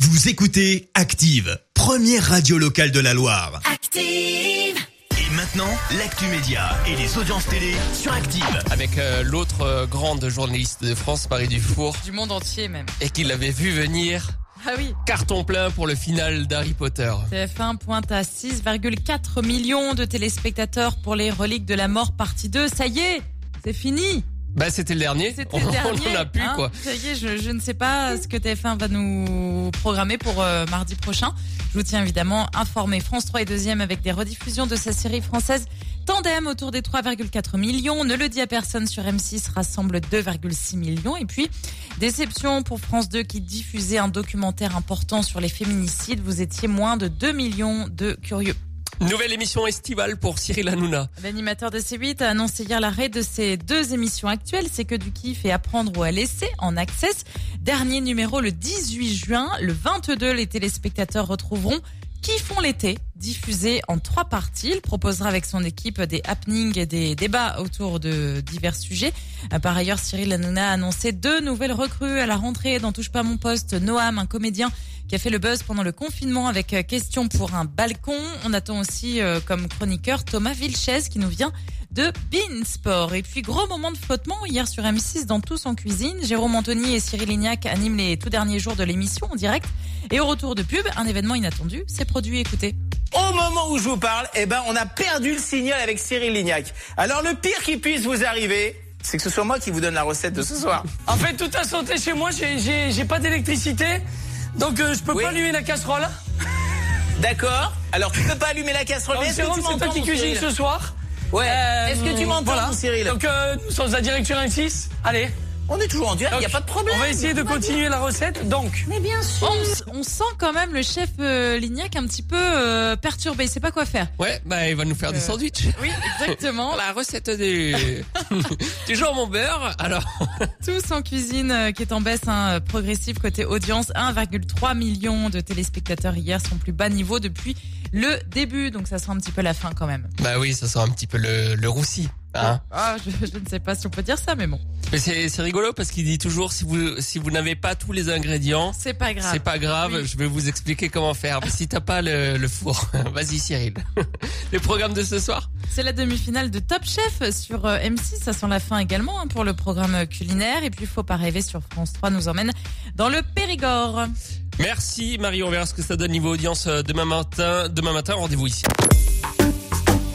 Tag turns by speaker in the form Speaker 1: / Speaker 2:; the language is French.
Speaker 1: Vous écoutez Active, première radio locale de la Loire.
Speaker 2: Active.
Speaker 1: Et maintenant, l'actu média et les audiences télé sur Active.
Speaker 3: avec euh, l'autre euh, grande journaliste de France, Marie Dufour,
Speaker 4: Du monde entier même.
Speaker 3: et qui l'avait vu venir.
Speaker 4: Ah oui.
Speaker 3: Carton plein pour le final d'Harry Potter.
Speaker 4: TF1 pointe à 6,4 millions de téléspectateurs pour les reliques de la mort partie 2. Ça y est, c'est fini.
Speaker 3: Bah c'était le dernier.
Speaker 4: C'était
Speaker 3: On
Speaker 4: le dernier.
Speaker 3: en a plus
Speaker 4: hein.
Speaker 3: quoi.
Speaker 4: Ça y est, je, je ne sais pas ce que TF1 va nous programmer pour euh, mardi prochain. Je vous tiens évidemment informé. France 3 est deuxième avec des rediffusions de sa série française Tandem autour des 3,4 millions. Ne le dit à personne sur M6 rassemble 2,6 millions. Et puis, déception pour France 2 qui diffusait un documentaire important sur les féminicides. Vous étiez moins de 2 millions de curieux.
Speaker 3: Nouvelle émission estivale pour Cyril Hanouna.
Speaker 4: L'animateur de C8 a annoncé hier l'arrêt de ses deux émissions actuelles, c'est que du kiff et apprendre ou à laisser en access. Dernier numéro le 18 juin, le 22, les téléspectateurs retrouveront qui font l'été, diffusé en trois parties. Il proposera avec son équipe des happenings et des débats autour de divers sujets. Euh, Par ailleurs, Cyril Hanouna a annoncé deux nouvelles recrues à la rentrée dans Touche pas mon poste. Noam, un comédien qui a fait le buzz pendant le confinement avec euh, Question pour un balcon. On attend aussi euh, comme chroniqueur Thomas Vilches qui nous vient de Beansport. Et puis gros moment de flottement hier sur M6 dans Tous en cuisine. Jérôme Anthony et Cyril Lignac animent les tout derniers jours de l'émission en direct. Et au retour de pub, un événement inattendu, c'est produit. Écoutez.
Speaker 5: Au moment où je vous parle, eh ben, on a perdu le signal avec Cyril Lignac. Alors, le pire qui puisse vous arriver, c'est que ce soit moi qui vous donne la recette de ce soir.
Speaker 6: En fait, tout a sauté chez moi, j'ai- j'ai j'ai pas d'électricité, donc euh, je peux
Speaker 5: Oui.
Speaker 6: pas allumer la casserole.
Speaker 5: D'accord? Alors, tu peux pas allumer la casserole,
Speaker 6: Donc,
Speaker 5: mais est-ce que
Speaker 6: Jérôme,
Speaker 5: tu
Speaker 6: c'est toi
Speaker 5: m'entends?
Speaker 6: qui
Speaker 5: mon
Speaker 6: cuisine
Speaker 5: Cyril
Speaker 6: ce soir.
Speaker 5: Ouais.
Speaker 6: Euh,
Speaker 5: Est-ce que tu m'entends,
Speaker 6: voilà.
Speaker 5: mon Cyril?
Speaker 6: Donc, euh, nous sommes à direct sur M6. Allez.
Speaker 5: On est toujours en direct,
Speaker 6: Donc,
Speaker 5: y a pas de problème.
Speaker 6: On va essayer de continuer la recette. Donc,
Speaker 2: Mais bien sûr.
Speaker 4: On, s- on sent quand même le chef euh, Lignac un petit peu euh, perturbé, il sait pas quoi faire.
Speaker 3: Ouais, bah il va nous faire des
Speaker 4: Euh. Oh,
Speaker 3: sandwichs.
Speaker 4: Oui, exactement.
Speaker 3: La recette du du jambon beurre. Alors
Speaker 4: Tous en cuisine euh, qui est en baisse hein, progressive côté audience. 1,3 million de téléspectateurs hier, son plus bas niveau depuis le début. Donc ça sent un petit peu la fin quand même.
Speaker 3: bah oui, ça sent un petit peu le, le roussi. Hein.
Speaker 4: Ah, je, je ne sais pas si on peut dire ça, mais bon,
Speaker 3: Mais c'est c'est rigolo parce qu'il dit toujours si vous si vous n'avez pas tous les ingrédients.
Speaker 4: c'est pas grave.
Speaker 3: C'est pas grave,
Speaker 4: Ah. Oui.
Speaker 3: je vais vous expliquer comment faire. Si t'as pas le, le four, vas-y Cyril. Le programme de ce soir
Speaker 4: C'est la demi-finale de Top Chef sur euh, M6. Ça sent la fin également hein, pour le programme culinaire. Et puis, faut pas rêver sur France 3 nous emmène dans le Périgord.
Speaker 3: Merci Marie, on verra ce que ça donne niveau audience euh, demain matin. Demain matin, rendez-vous ici.